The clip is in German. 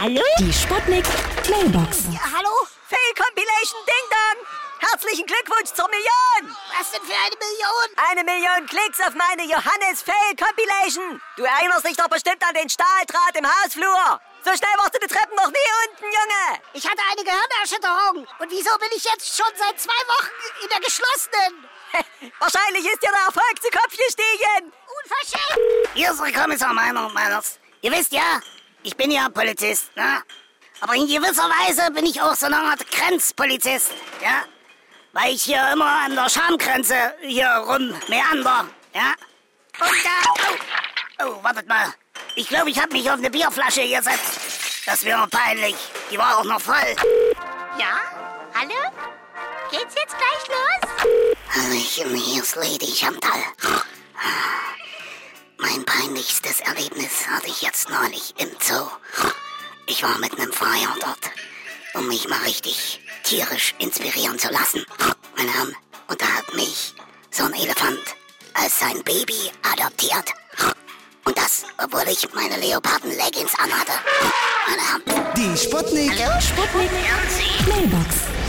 Hallo? Die Sputnik Mailbox. Hallo? Fail Compilation Ding Dong! Herzlichen Glückwunsch zur Million! Was denn für eine Million? Eine Million Klicks auf meine Johannes Fail Compilation! Du erinnerst dich doch bestimmt an den Stahldraht im Hausflur! So schnell warst du die Treppen noch nie unten, Junge! Ich hatte eine Gehirnerschütterung. Und wieso bin ich jetzt schon seit zwei Wochen in der geschlossenen? Wahrscheinlich ist dir der Erfolg zu Kopf gestiegen! Unverschämt! Hier ist der Kommissar Meiner und Meiners. Ihr wisst ja, ich bin ja Polizist, ne? Aber in gewisser Weise bin ich auch so eine Art Grenzpolizist, ja? Weil ich hier immer an der Schamgrenze hier rum meander, ja? Und da... Oh, oh wartet mal. Ich glaube, ich habe mich auf eine Bierflasche gesetzt. Das wäre peinlich. Die war auch noch voll. Ja? Hallo? Geht's jetzt gleich los? Ich bin hier ist Lady Chantal. Mein peinlichstes Erlebnis hatte ich jetzt neulich im Zoo. Ich war mit einem Freier dort, um mich mal richtig tierisch inspirieren zu lassen. Meine Herren, und da hat mich so ein Elefant als sein Baby adoptiert. Und das, obwohl ich meine Leoparden-Leggings anhatte. Meine Herren, Die Sputnik. Sputnik Mailbox.